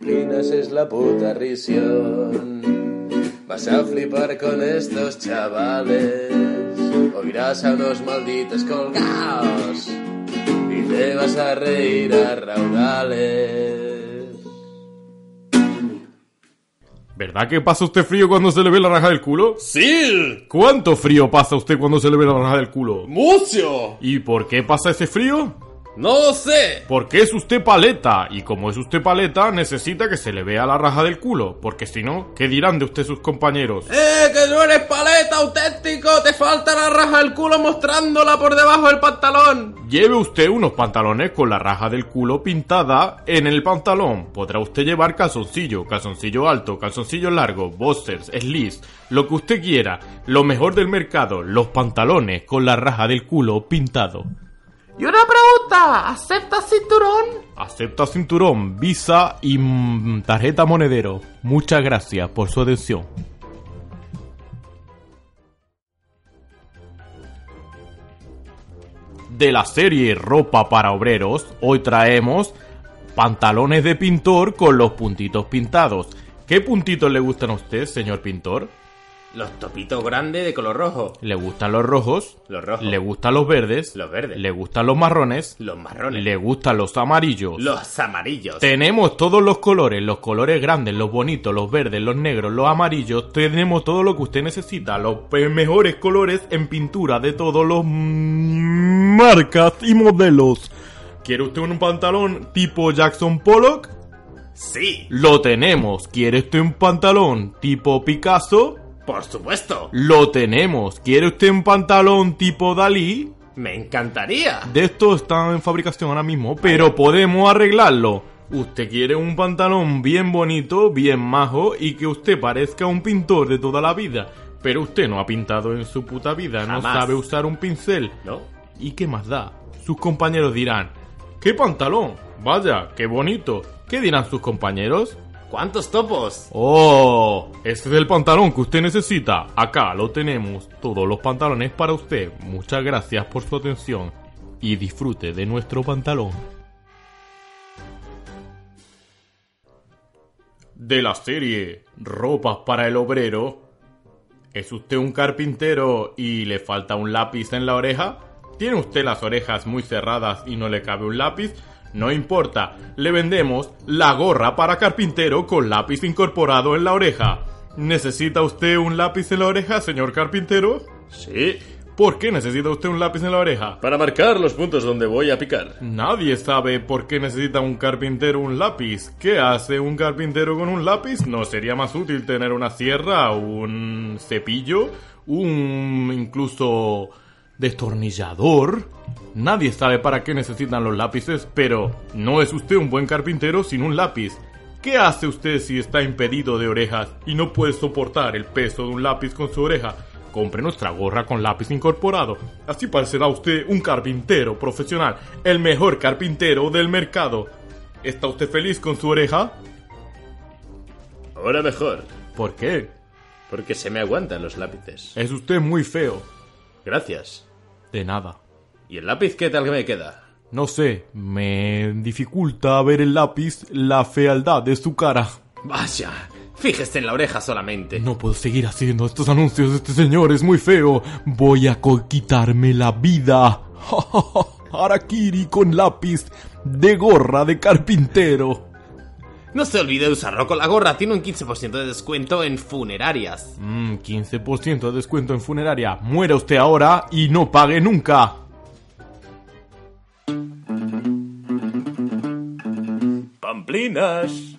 disciplinas es la puta risión. Vas a flipar con estos chavales. Oirás a unos malditos colgados. Y te vas a reír a raudales. ¿Verdad que pasa usted frío cuando se le ve la raja del culo? ¡Sí! ¿Cuánto frío pasa usted cuando se le ve la raja del culo? ¡Mucho! ¿Y por qué pasa ese frío? ¡No lo sé! Porque es usted paleta, y como es usted paleta, necesita que se le vea la raja del culo, porque si no, ¿qué dirán de usted sus compañeros? ¡Eh, que no eres paleta auténtico! ¡Te falta la raja del culo mostrándola por debajo del pantalón! Lleve usted unos pantalones con la raja del culo pintada en el pantalón. Podrá usted llevar calzoncillo, calzoncillo alto, calzoncillo largo, boxers, slips, lo que usted quiera, lo mejor del mercado, los pantalones con la raja del culo pintado. Y una pregunta, ¿aceptas cinturón? Acepta cinturón, visa y mm, tarjeta monedero. Muchas gracias por su atención. De la serie Ropa para Obreros, hoy traemos pantalones de pintor con los puntitos pintados. ¿Qué puntitos le gustan a usted, señor pintor? Los topitos grandes de color rojo. ¿Le gustan los rojos? Los rojos. ¿Le gustan los verdes? Los verdes. ¿Le gustan los marrones? Los marrones. ¿Le gustan los amarillos? Los amarillos. Tenemos todos los colores, los colores grandes, los bonitos, los verdes, los negros, los amarillos. Tenemos todo lo que usted necesita, los pe- mejores colores en pintura de todos los mm, marcas y modelos. ¿Quiere usted un pantalón tipo Jackson Pollock? Sí, Lo tenemos. ¿Quiere usted un pantalón tipo Picasso? por supuesto. Lo tenemos. ¿Quiere usted un pantalón tipo Dalí? Me encantaría. De esto está en fabricación ahora mismo, pero podemos arreglarlo. Usted quiere un pantalón bien bonito, bien majo y que usted parezca un pintor de toda la vida. Pero usted no ha pintado en su puta vida, no Jamás. sabe usar un pincel. ¿No? ¿Y qué más da? Sus compañeros dirán, ¡qué pantalón! Vaya, qué bonito. ¿Qué dirán sus compañeros? ¿Cuántos topos? ¡Oh! Este es el pantalón que usted necesita. Acá lo tenemos. Todos los pantalones para usted. Muchas gracias por su atención. Y disfrute de nuestro pantalón. De la serie Ropas para el Obrero. ¿Es usted un carpintero y le falta un lápiz en la oreja? ¿Tiene usted las orejas muy cerradas y no le cabe un lápiz? No importa, le vendemos la gorra para carpintero con lápiz incorporado en la oreja. ¿Necesita usted un lápiz en la oreja, señor carpintero? Sí, ¿Por qué necesita usted un lápiz en la oreja? para marcar los puntos donde voy a picar. Nadie sabe por qué necesita un carpintero un lápiz. ¿Qué hace un carpintero con un lápiz? ¿No sería más útil tener una sierra, un cepillo, un incluso destornillador? Nadie sabe para qué necesitan los lápices, pero no es usted un buen carpintero sin un lápiz. ¿Qué hace usted si está impedido de orejas y no puede soportar el peso de un lápiz con su oreja? Compre nuestra gorra con lápiz incorporado. Así parecerá usted un carpintero profesional, el mejor carpintero del mercado. ¿Está usted feliz con su oreja? Ahora mejor, ¿Por qué? porque se me aguantan los lápices. Es usted muy feo. Gracias. De nada. ¿Y el lápiz qué tal que me queda? No sé, me dificulta ver el lápiz la fealdad de su cara. Vaya, fíjese en la oreja solamente. No puedo seguir haciendo estos anuncios, este señor es muy feo. Voy a co- quitarme la vida. Harakiri con lápiz de gorra de carpintero. No se olvide de usarlo con la gorra, tiene un 15% de descuento en funerarias. Mmm, 15% de descuento en funeraria. Muera usted ahora y no pague nunca. Pamplinas.